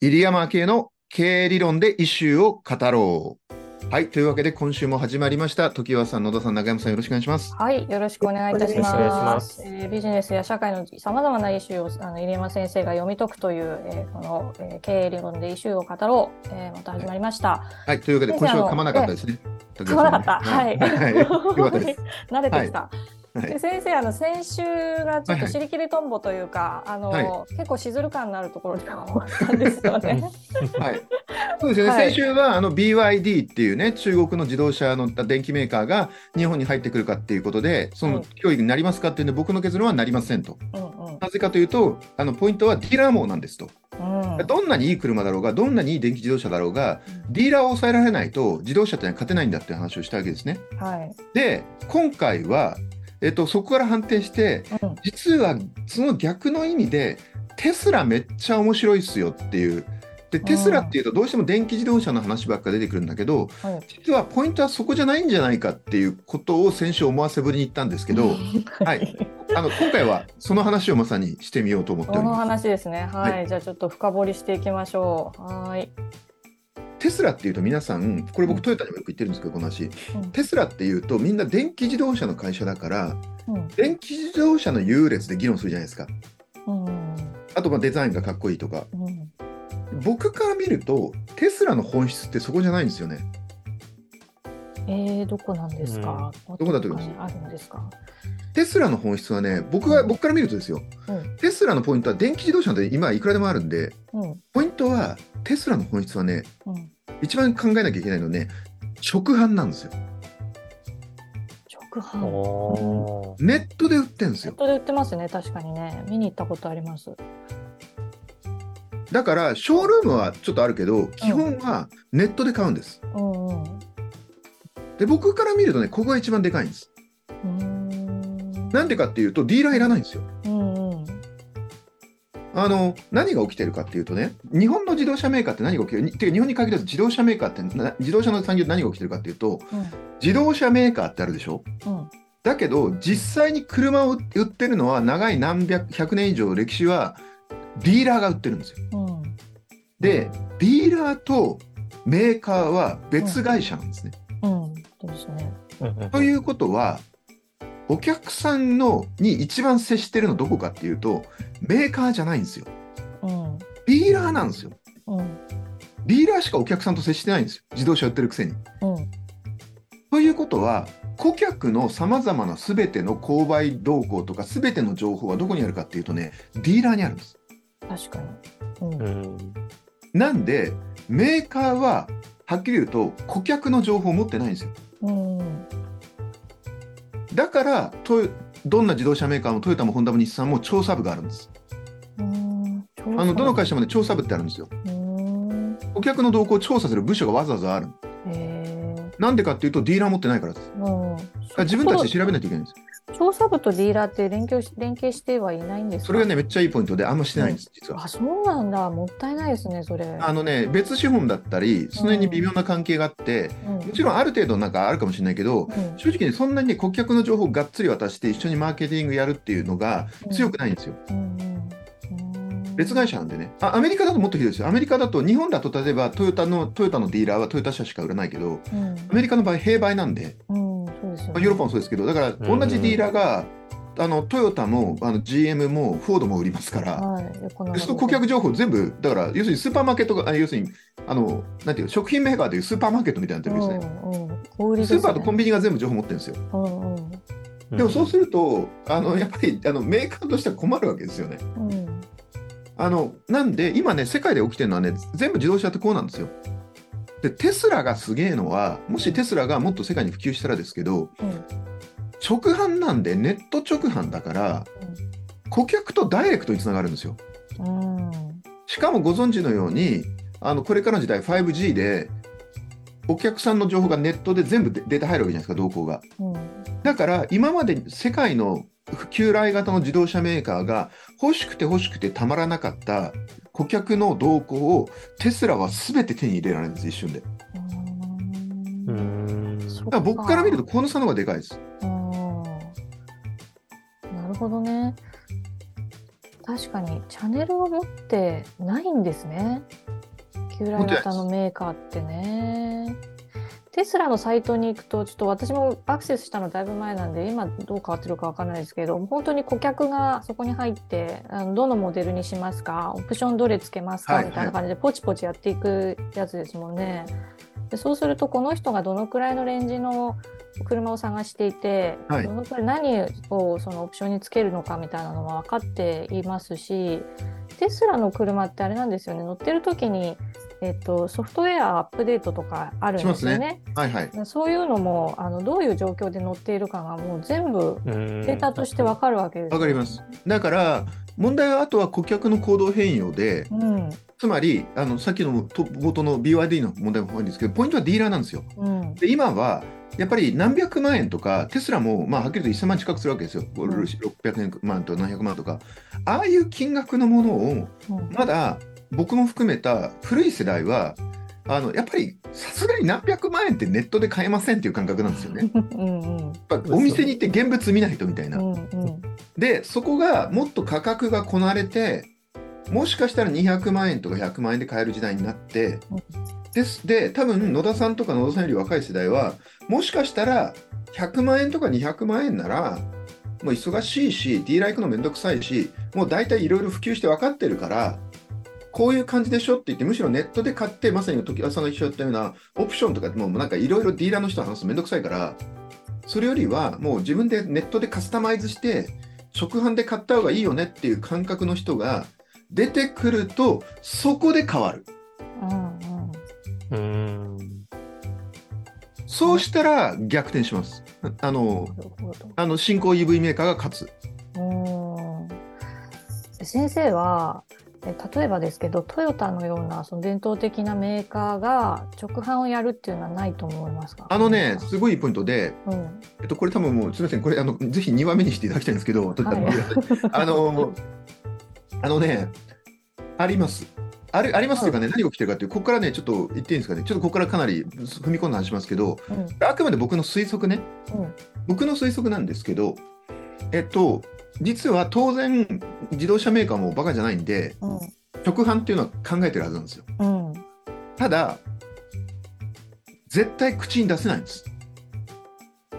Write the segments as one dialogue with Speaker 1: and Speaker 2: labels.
Speaker 1: 入山系の経営理論でイシューを語ろう。はい、というわけで今週も始まりました。時はさん、野田さん、中山さん、よろしくお願いします。
Speaker 2: はい、よろしくお願いいたし
Speaker 3: よろしくお願いし
Speaker 2: ま
Speaker 3: ますす。
Speaker 2: えービジネスや社会のさまざまなイシューをあの入山先生が読み解くという、えーこの、えー経営理論でイシューを語ろう、えーまた始まりました。
Speaker 1: はい、というわけで
Speaker 2: 先
Speaker 1: 今週
Speaker 2: 生
Speaker 1: は噛まなかったですね。
Speaker 2: 噛まなかった。は
Speaker 1: 時
Speaker 2: い。
Speaker 1: 和さんねはい。 よかったです。
Speaker 2: 慣れてきた。
Speaker 1: はい
Speaker 2: で先生あの先週がちょ
Speaker 1: はいは
Speaker 2: っと
Speaker 1: い
Speaker 2: 尻切りとんぼというか、あの、
Speaker 1: はい
Speaker 2: 結構しずる感のあるところに終わったんですよ ね。
Speaker 1: はい、そうですよね、
Speaker 2: はい
Speaker 1: 先週はあの BYD っていうね、中国の自動車の電機メーカーが日本に入ってくるかっていうことで、その
Speaker 2: はい
Speaker 1: 脅威になりますかっていうんで、僕の結論はなりませんと。
Speaker 2: うんうん
Speaker 1: なぜかというと、あのポイントはディーラー網なんですと。
Speaker 2: うん。
Speaker 1: どんなにいい車だろうが、どんなにいい電気自動車だろうが、ディーラーを抑えられないと、自動車ってのは勝てないんだっていう話をしたわけですね。
Speaker 2: はい。
Speaker 1: で、今回は、えっと、そこから反転して、
Speaker 2: うん
Speaker 1: 実はその逆の意味でテスラめっちゃ面白いっすよっていうでテスラっていうとどうしても電気自動車の話ばっか出てくるんだけど
Speaker 2: はい。
Speaker 1: 実はポイントはそこじゃないんじゃないかっていうことを先週思わせぶりに言ったんですけど はい。あの今回はその話をまさにしてみようと思ってお
Speaker 2: こ
Speaker 1: り
Speaker 2: の
Speaker 1: ます。
Speaker 2: 話ですね。はい、
Speaker 1: は
Speaker 2: じゃあちょっと深掘りしていきましょう。はい。
Speaker 1: テスラっていうと皆さんこれ僕トヨタにもよく言ってるんですけどこの話
Speaker 2: うん
Speaker 1: テスラっていうとみんな電気自動車の会社だから
Speaker 2: うん
Speaker 1: 電気自動車の優劣で議論するじゃないですか。
Speaker 2: うん
Speaker 1: あとまあデザインがかっこいいとか
Speaker 2: うん。
Speaker 1: 僕から見るとテスラの本質ってそこじゃないんですよね。
Speaker 2: えー、どこなんですか、
Speaker 1: どこだと思い
Speaker 2: あるんですか
Speaker 1: テスラの本質はね僕が
Speaker 2: うん
Speaker 1: 僕から見るとですよ、
Speaker 2: うん
Speaker 1: テスラのポイントは電気自動車で今いくらでもあるんで
Speaker 2: うん、うん、
Speaker 1: ポイントはテスラの本質はね一番考えなきゃいけないのはね直販なんですよ
Speaker 2: 直販ネ
Speaker 3: おー
Speaker 1: ネットで売ってるんです
Speaker 2: ッ
Speaker 1: よ
Speaker 2: トで売ってますね確かにね見に行ったことあります
Speaker 1: だからショールームはちょっとあるけど基本はネットで買うんです
Speaker 2: うんうんう
Speaker 1: で僕から見るとねここが一番でかいんです
Speaker 2: ーん
Speaker 1: なんでかっていうとディーラーいらないんですよ
Speaker 2: うんうん
Speaker 1: あの何が起きてるかっていうとね、日本の自動車メーカーって何が起きてるにてか日本に限らず自動車メーカーってな自動車の産業って何が起きてるかっていうと、自動車メーカーってあるでしょ
Speaker 2: うん
Speaker 1: だけど実際に車を売売ってるのは長い何百百年以上歴史はディーラーが売ってるんですよ。
Speaker 2: うん
Speaker 1: でディーラーとメーカーは別会社なんですね。
Speaker 2: うんそうですね
Speaker 1: ということはお客さんのに一番接してるのどこかっていうとメーカーじゃないんですよ。
Speaker 2: うん
Speaker 1: ディーラーなんですよ。
Speaker 2: うん
Speaker 1: ディーラーしかお客さんと接してないんですよ自動車売ってるくせに。
Speaker 2: うん
Speaker 1: ということは顧客のさまざまなすべての購買動向とかすべての情報はどこにあるかっていうとねディーラーにあるんです。
Speaker 2: 確かにうん
Speaker 3: うん
Speaker 1: なんでメーカーははっきり言うと顧客の情報を持ってないんですよ。
Speaker 2: うん
Speaker 1: だからトヨどんな自動車メーカーもトヨタもホンダも日産も調査部があるんです。
Speaker 2: うん
Speaker 1: あのどの会社もね調査部ってあるんですよ。
Speaker 2: うん
Speaker 1: 顧客の動向を調査する部署がわざわざある。
Speaker 2: えー
Speaker 1: なんでかっていうとディーラー持ってないからです。だか
Speaker 2: うん、
Speaker 1: ら自分たちで調べないといけないんです。
Speaker 2: 調査部とディーラーって連携し連携してはいないんですか
Speaker 1: それがねめっちゃいいポイントであんましてないんです実は。
Speaker 2: あそうなんだもったいないですねそれ
Speaker 1: あのね、別資本だったり、その辺に微妙な関係があって、
Speaker 2: うん
Speaker 1: もちろんある程度なんかあるかもしれないけど、
Speaker 2: うん
Speaker 1: 正直ね、そんなにね顧客の情報をがっつり渡して、一緒にマーケティングやるっていうのが強くないんですよ。
Speaker 2: うんうん
Speaker 1: 別会社なんでねあ。アメリカだともっとひどいですよ。アメリカだと、日本だと例えばトヨタの、トヨタのディーラーはトヨタ車しか売らないけど、
Speaker 2: うん、
Speaker 1: アメリカの場合、併売なんで、
Speaker 2: うん、そうですよ、
Speaker 1: まあ
Speaker 2: ね。
Speaker 1: ヨーロッパもそうですけど、だから同じディーラーが、あのトヨタもあの GM もフォードも売りますから。
Speaker 2: はい、横
Speaker 1: で
Speaker 2: 並び
Speaker 1: そうすると顧客情報全部、だから要するにスーパーマーケットが、あ要するにあのなんていうの食品メーカーというスーパーマーケットみたいになってるわけですね。
Speaker 2: うんうん、小売りで
Speaker 1: ス
Speaker 2: すね
Speaker 1: ーパーとコンビニが全部情報持ってるんですよ。
Speaker 2: うんうん
Speaker 1: でもそうすると、あのやっぱりあのメーカーとしては困るわけですよね。
Speaker 2: うん
Speaker 1: あのなんで、今ね、世界で起きてるのはね、全部自動車ってこうなんですよ。で、テスラがすげえのは、もしテスラがもっと世界に普及したらですけど、
Speaker 2: うん
Speaker 1: 直販なんで、ネット直販だから、顧客とダイレクトにつながるんですよ。
Speaker 2: うん
Speaker 1: しかもご存知のように、あのこれからの時代、5G で、お客さんの情報がネットで全部デデータ入るわけじゃないですか、動向が。
Speaker 2: うん
Speaker 1: だから今まで世界の旧来型の自動車メーカーが欲しくて欲しくてたまらなかった顧客の動向をテスラは全て手に入れられるんです一瞬でだか
Speaker 3: う
Speaker 2: うん
Speaker 3: ん
Speaker 2: そっ
Speaker 1: ら僕から見るとこの差の方がでかいです
Speaker 2: うんなるほどね。確かにチャンネルを持ってないんですね。旧来型のメーカーってね。テスラのサイトに行くと、ちょっと私もアクセスしたのだいぶ前なんで、今どう変わってるかわからないですけど、本当に顧客がそこに入って、あのどのモデルにしますか、オプションどれつけます
Speaker 1: は
Speaker 2: か
Speaker 1: い
Speaker 2: みたいな感じで、ポチポチやっていくやつですもんね。でそうすると、この人がどのくらいのレンジの車を探していて、
Speaker 1: はい
Speaker 2: どのくらい何をそのオプションにつけるのかみたいなのも分かっていますし、テスラの車ってあれなんですよね、乗ってる時に、えっと、ソフトウェアアップデートとかあるんですよ
Speaker 1: しま
Speaker 2: ね。
Speaker 1: はいはい。
Speaker 2: そういうのもあのどういう状況で乗っているかがもう全部
Speaker 3: うん
Speaker 2: データとしてわかるわけです。
Speaker 1: わかります。だから、問題はあとは顧客の行動変容で、
Speaker 2: うん
Speaker 1: つまり、あのさっきのと冒頭の BYD の問題も多いんですけど、ポイントはディーラーなんですよ。
Speaker 2: うん
Speaker 1: で今はやっぱり何百万円とか、テスラも、まあ、はっきり言うと1000万近くするわけですよ、
Speaker 2: ん
Speaker 1: 600万とか700万とか、ああいう金額のものを、
Speaker 2: うん
Speaker 1: まだ僕も含めた古い世代は、あのやっぱりさすがに何百万円ってネットで買えませんっていう感覚なんですよね。
Speaker 2: うん
Speaker 1: やっぱお店に行って現物見ないとみたいな。
Speaker 2: うんうん
Speaker 1: でそこがもっと価格がこなれてもしかしたら200万円とか100万円で買える時代になって
Speaker 2: うん
Speaker 1: ですで多分野田さんとか野田さんより若い世代はもしかしたら100万円とか200万円ならもう忙しいし D ライクのめんどくさいしもう大体いろいろ普及して分かってるからこういう感じでしょって言ってむしろネットで買ってまさに時田さんが一緒やったようなオプションとかってもうなんかいろいろディーラーの人と話すのめんどくさいからそれよりはもう自分でネットでカスタマイズして直販で買った方がいいよねっていう感覚の人が出てくるとそこで変わる
Speaker 2: うんうん
Speaker 3: うん
Speaker 1: そうしたら逆転しますあの
Speaker 2: なるほど
Speaker 1: あの新興 EV メーカーが勝つ
Speaker 2: うん先生はえ例えばですけどトヨタのようなその伝統的なメーカーが直販をやるっていうのはないと思いますか
Speaker 1: あのねすごいポイントで、
Speaker 2: うん
Speaker 1: えっと、これ多分もうすみませんこれあのぜひ2話目にしていただきたいんですけど、
Speaker 2: はい
Speaker 1: あのあのねありますあるありますというかね、何が起きてるかっていうここからねちょっと言っていいんですかねちょっとここからかなり踏み込んだ話しますけど
Speaker 2: うん
Speaker 1: あくまで僕の推測ね
Speaker 2: うん
Speaker 1: 僕の推測なんですけど、えっと、実は当然、自動車メーカーもバカじゃないんで、
Speaker 2: う
Speaker 1: 直販っていうのは考えてるはずなんですよ。
Speaker 2: んうん
Speaker 1: ただ、絶対口に出せないんです。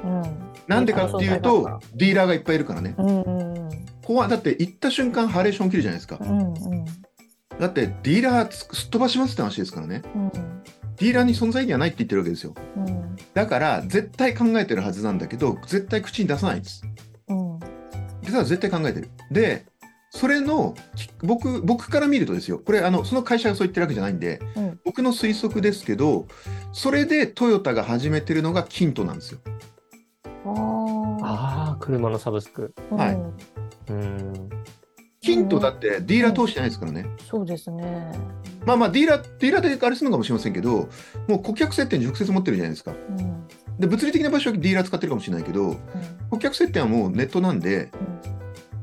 Speaker 2: うん
Speaker 1: なんでかっていう
Speaker 2: あそう
Speaker 1: と、ディーラーがいっぱいいるからね。
Speaker 2: うんうん
Speaker 1: ここはだって行った瞬間、ハレーション切るじゃないですか。
Speaker 2: うんうん
Speaker 1: だって、ディーラーつすっ飛ばしますって話ですからね。
Speaker 2: うん
Speaker 1: ディーラーに存在意義はないって言ってるわけですよ。
Speaker 2: うん
Speaker 1: だから、絶対考えてるはずなんだけど、絶対口に出さないんです。
Speaker 2: うん
Speaker 1: でただ絶対考えてる。で、それのき僕僕から見るとですよ、これあの、その会社がそう言ってるわけじゃないんで、
Speaker 2: うん
Speaker 1: 僕の推測ですけど、それでトヨタが始めてるのがキントなんですよ。
Speaker 2: あ
Speaker 3: ああ車のサブスク
Speaker 2: ー
Speaker 1: はい
Speaker 2: うん
Speaker 3: うん
Speaker 1: キントだってディーラー通してないですからね。
Speaker 2: そうですね。
Speaker 1: まあまあディーラー、ディーラーであれするのかもしれませんけど、もう顧客接点に直接持ってるじゃないですか。
Speaker 2: うんうん
Speaker 1: で、物理的な場所はディーラー使ってるかもしれないけど、顧客接点はもうネットなんで、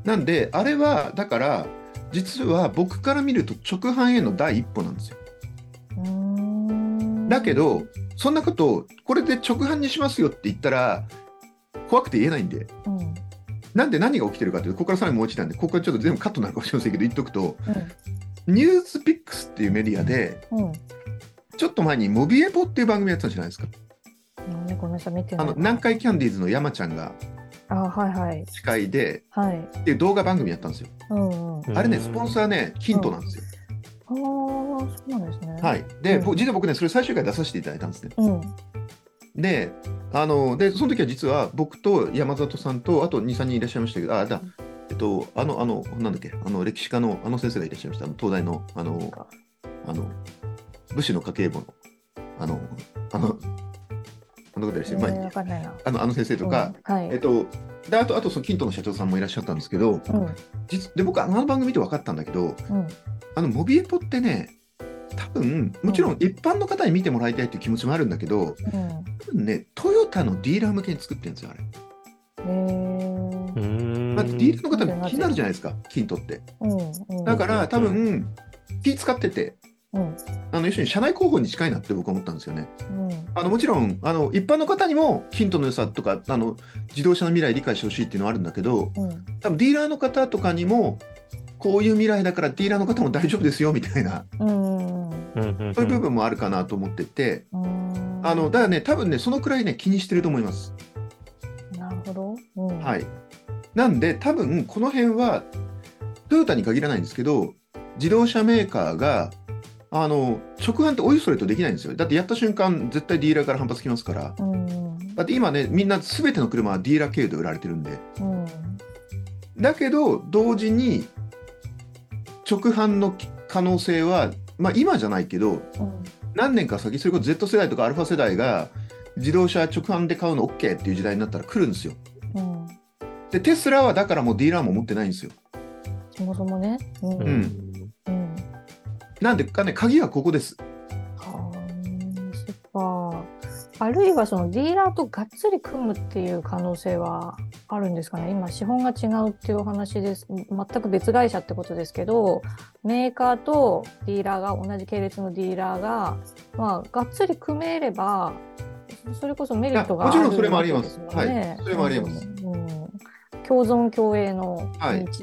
Speaker 1: なんで、あれはだから、実は僕から見ると直販への第一歩なんですよ。
Speaker 2: うん
Speaker 1: だけど、そんなことをこれで直販にしますよって言ったら怖くて言えないんで、
Speaker 2: うんうん
Speaker 1: なんで何が起きてるかというと、ここからさらにもう一段で、ここからちょっと全部カットになるかもしれませんけど、言っとくと、ニュースピックスっていうメディアで、
Speaker 2: うん
Speaker 1: ちょっと前にモビエボっていう番組やってたじゃないですか。
Speaker 2: うんねごめんなさい見てな
Speaker 1: あ
Speaker 2: い
Speaker 1: の南海キャンディーズの山ちゃんが
Speaker 2: あはいはい
Speaker 1: 司会で
Speaker 2: はい
Speaker 1: っていう動画番組やったんですよ。
Speaker 2: うんうん
Speaker 1: あれね、スポンサーね、ヒントなんですよ。
Speaker 2: ああ、そうなんですね。。
Speaker 1: はいい。で、
Speaker 2: うん
Speaker 1: 僕実は僕ね、それ最終回出させていただいたんですね。
Speaker 2: うん。
Speaker 1: で、あの、で、その時は実は僕と山里さんと、あと2、3人いらっしゃいましたけど、あ、だ、えっと、あの、あの、なんだっけ、あの、歴史家のあの先生がいらっしゃいました。あの東大の、あの、あの、武士の家計簿の、あの、あの、あの方いらっしゃいま
Speaker 2: えーわ
Speaker 1: あ
Speaker 2: かんないな。
Speaker 1: あの、あの先生とか、
Speaker 2: うん、はい。
Speaker 1: えっと、で、あと、あと、その、キントの社長さんもいらっしゃったんですけど、
Speaker 2: うん
Speaker 1: 実、で、僕、あの番組見て分かったんだけど、
Speaker 2: うん
Speaker 1: あの、モビエポってね、多分、もちろん一般の方に見てもらいたいという気持ちもあるんだけど、多分ね、トヨタのディーラー向けに作ってるんですよ、あれ。
Speaker 2: うん。え
Speaker 3: うん
Speaker 1: だってディーラーの方気になるじゃないですか、キントって。
Speaker 2: ーうん。うん。
Speaker 1: だか
Speaker 3: うんうんう
Speaker 1: ら
Speaker 3: ん
Speaker 1: 多分、気使ってて、
Speaker 2: うん
Speaker 1: あの要するに社内広報に近いなって僕は思ったんですよね。
Speaker 2: うん
Speaker 1: あのもちろんあの一般の方にもキントの良さとかあの自動車の未来理解してほしいっていうのはあるんだけど
Speaker 2: うん
Speaker 1: 多分ディーラーの方とかにもこういう未来だからディーラーの方も大丈夫ですよみたいな
Speaker 2: うんうん
Speaker 3: うんうんうん
Speaker 1: そういう部分もあるかなと思ってて、
Speaker 2: うん
Speaker 1: あのだからね多分ねそのくらいね気にしてると思います。
Speaker 2: なるほど、うん
Speaker 1: はい、なんで多分この辺はトヨタに限らないんですけど自動車メーカーがあの直販っておいそれとできないんですよだってやった瞬間絶対ディーラーから反発きますから
Speaker 2: うんうん
Speaker 1: だって今ねみんな全ての車はディーラー経由で売られてるんで
Speaker 2: うん
Speaker 1: だけど同時に直販の可能性は、まあ、今じゃないけど
Speaker 2: うん
Speaker 1: 何年か先それこそ Z 世代とかアルファ世代が自動車直販で買うの OK っていう時代になったら来るんですよ
Speaker 2: うん
Speaker 1: でテスラはだからもうディーラーも持ってないんですよ
Speaker 2: そもそもね、うん
Speaker 3: う
Speaker 2: うんん
Speaker 3: ん
Speaker 1: なんでかね鍵はここです
Speaker 2: はあそっかあるいはそのディーラーとがっつり組むっていう可能性はあるんですかね今資本が違うっていうお話です全く別会社ってことですけどメーカーとディーラーが同じ系列のディーラーが、まあ、がっつり組めればそれこそメリットが
Speaker 1: あも
Speaker 2: あ
Speaker 1: ち
Speaker 2: る
Speaker 1: ろんそれもあります
Speaker 2: わけですもんね
Speaker 1: はいそれもあります
Speaker 2: うん共存共栄の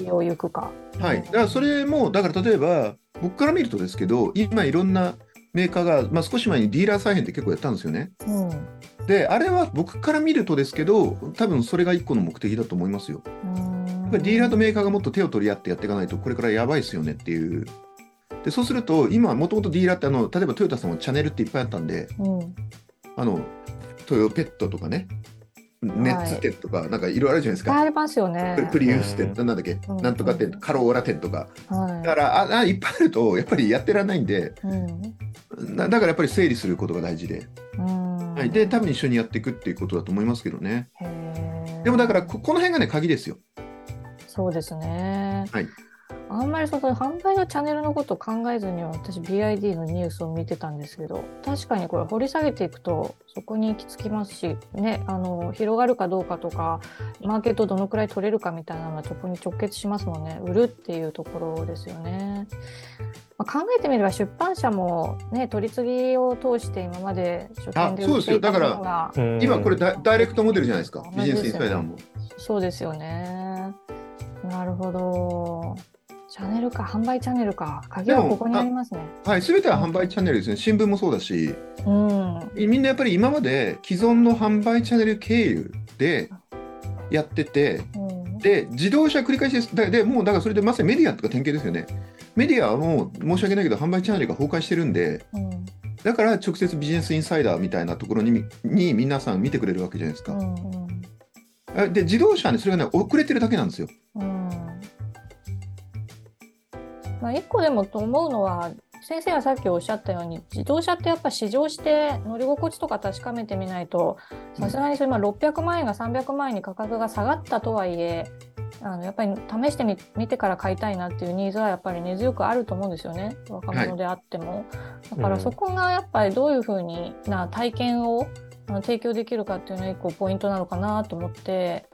Speaker 2: 道を行くか。
Speaker 1: はい、だからそれもだから例えば僕から見るとですけど今いろんなメーカーが、まあ、少し前にディーラー再編って結構やったんですよね
Speaker 2: うん
Speaker 1: であれは僕から見るとですけど多分それが一個の目的だと思いますよやっぱりディーラーとメーカーがもっと手を取り合ってやっていかないとこれからやばいですよねっていうでそうすると今もともとディーラーってあの例えばトヨタさんもチャンネルっていっぱいあったんで
Speaker 2: うん
Speaker 1: あのトヨペットとかねネッツテとか、なんかいろいろあるじゃないですか、
Speaker 2: ありますよね。
Speaker 1: プリウス店
Speaker 3: うん
Speaker 1: なんだっけ、
Speaker 2: うん
Speaker 1: なんとか店カローラ店とかだか
Speaker 2: は
Speaker 1: らああいっぱいあるとやっぱりやってらんないんで
Speaker 2: い。うん。
Speaker 1: なだからやっぱり整理することが大事で、
Speaker 2: うん
Speaker 1: はい、で多分一緒にやっていくっていうことだと思いますけどね
Speaker 2: へー
Speaker 1: でもだからここの辺がね鍵ですよ
Speaker 2: そうですね。
Speaker 1: はい。
Speaker 2: あんまりその販売のチャンネルのことを考えずには私 BID のニュースを見てたんですけど確かにこれ掘り下げていくとそこに行き着きますし、ね、あの広がるかどうかとかマーケットどのくらい取れるかみたいなのはそこに直結しますもんね売るっていうところですよね。まあ、考えてみれば出版社も、ね、取り次ぎを通して今まで書店で
Speaker 1: あそう
Speaker 2: 売
Speaker 1: で
Speaker 2: っ
Speaker 1: す
Speaker 2: て
Speaker 1: よ
Speaker 2: いた
Speaker 1: だから
Speaker 2: ものが
Speaker 3: うん
Speaker 1: 今これダダイレクトモデルじゃないですかビジネスインサイダーも
Speaker 2: そうですよね。なるほど。チャンネルか、販売チャンネルか。鍵は
Speaker 1: でも
Speaker 2: ここにありますね。
Speaker 1: はい全ては販売チャンネルですね新聞もそうだし
Speaker 2: うん。うん
Speaker 1: みんなやっぱり今まで既存の販売チャンネル経由でやっててで自動車繰り返しですででもうだからそれでまさにメディアとか典型ですよねメディアはもう申し訳ないけど販売チャンネルが崩壊してるんで
Speaker 2: うん
Speaker 1: だから直接ビジネスインサイダーみたいなところにに皆さん見てくれるわけじゃないです
Speaker 2: う
Speaker 1: か、
Speaker 2: ん
Speaker 1: あで自動車はねそれがね遅れてるだけなんですよ
Speaker 2: うんまあ、一個でもと思うのは先生がさっきおっしゃったように自動車ってやっぱ試乗して乗り心地とか確かめてみないとさすがにそれ今600万円が300万円に価格が下がったとはいえあのやっぱり試してみ見てから買いたいなっていうニーズはやっぱり根強くあると思うんですよね若者であっても、だか
Speaker 3: う
Speaker 2: ら
Speaker 3: ん
Speaker 2: そこがやっぱりどういうふうにな体験をあの提供できるかっていうのが一個ポイントなのかなと思って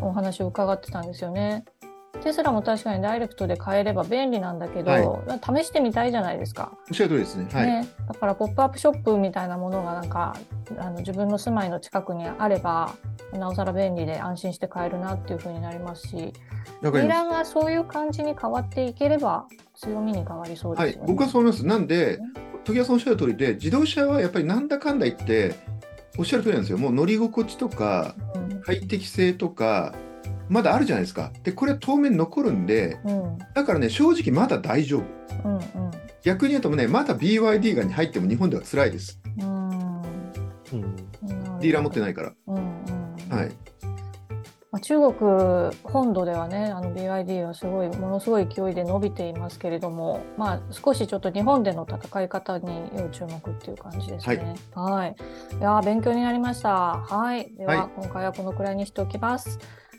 Speaker 2: お話を伺ってたんですよね。テスラも確かにダイレクトで買えれば便利なんだけど、試してみたいじゃないですか。
Speaker 1: おっしゃる通りですねはい、
Speaker 2: ね、だからポップアップショップみたいなものがなんかあの自分の住まいの近くにあればなおさら便利で安心して買えるなっていう風になりますしデ
Speaker 1: わか
Speaker 2: ィ
Speaker 1: り
Speaker 2: ー
Speaker 1: ま
Speaker 2: ラーがそういう感じに変わっていければ強みに変わりそう
Speaker 1: すは
Speaker 2: です
Speaker 1: い
Speaker 2: よね。
Speaker 1: 僕はそう思いますなんで時矢さんおっしゃる通りで自動車はやっぱりなんだかんだ言っておっしゃる通りなんですよもう乗り心地とか
Speaker 2: うん
Speaker 1: 快適性とかまだあるじゃないですかでこれは当面残るんで
Speaker 2: うん
Speaker 1: だからね正直まだ大丈夫
Speaker 2: うん
Speaker 1: 逆に言うとねまだ BYD がに入っても日本では辛いです
Speaker 2: うん
Speaker 3: うん
Speaker 2: うん
Speaker 1: ディーラー持ってないから
Speaker 2: うんうん
Speaker 1: はい
Speaker 2: まあ、中国本土ではねあの BYD はすごいものすごい勢いで伸びていますけれども、まあ、少しちょっと日本での戦い方に要注目っていう感じですね。はい、い、やー勉強になりました。はい、では、
Speaker 1: は
Speaker 2: 今回はこのくらいにしておきます。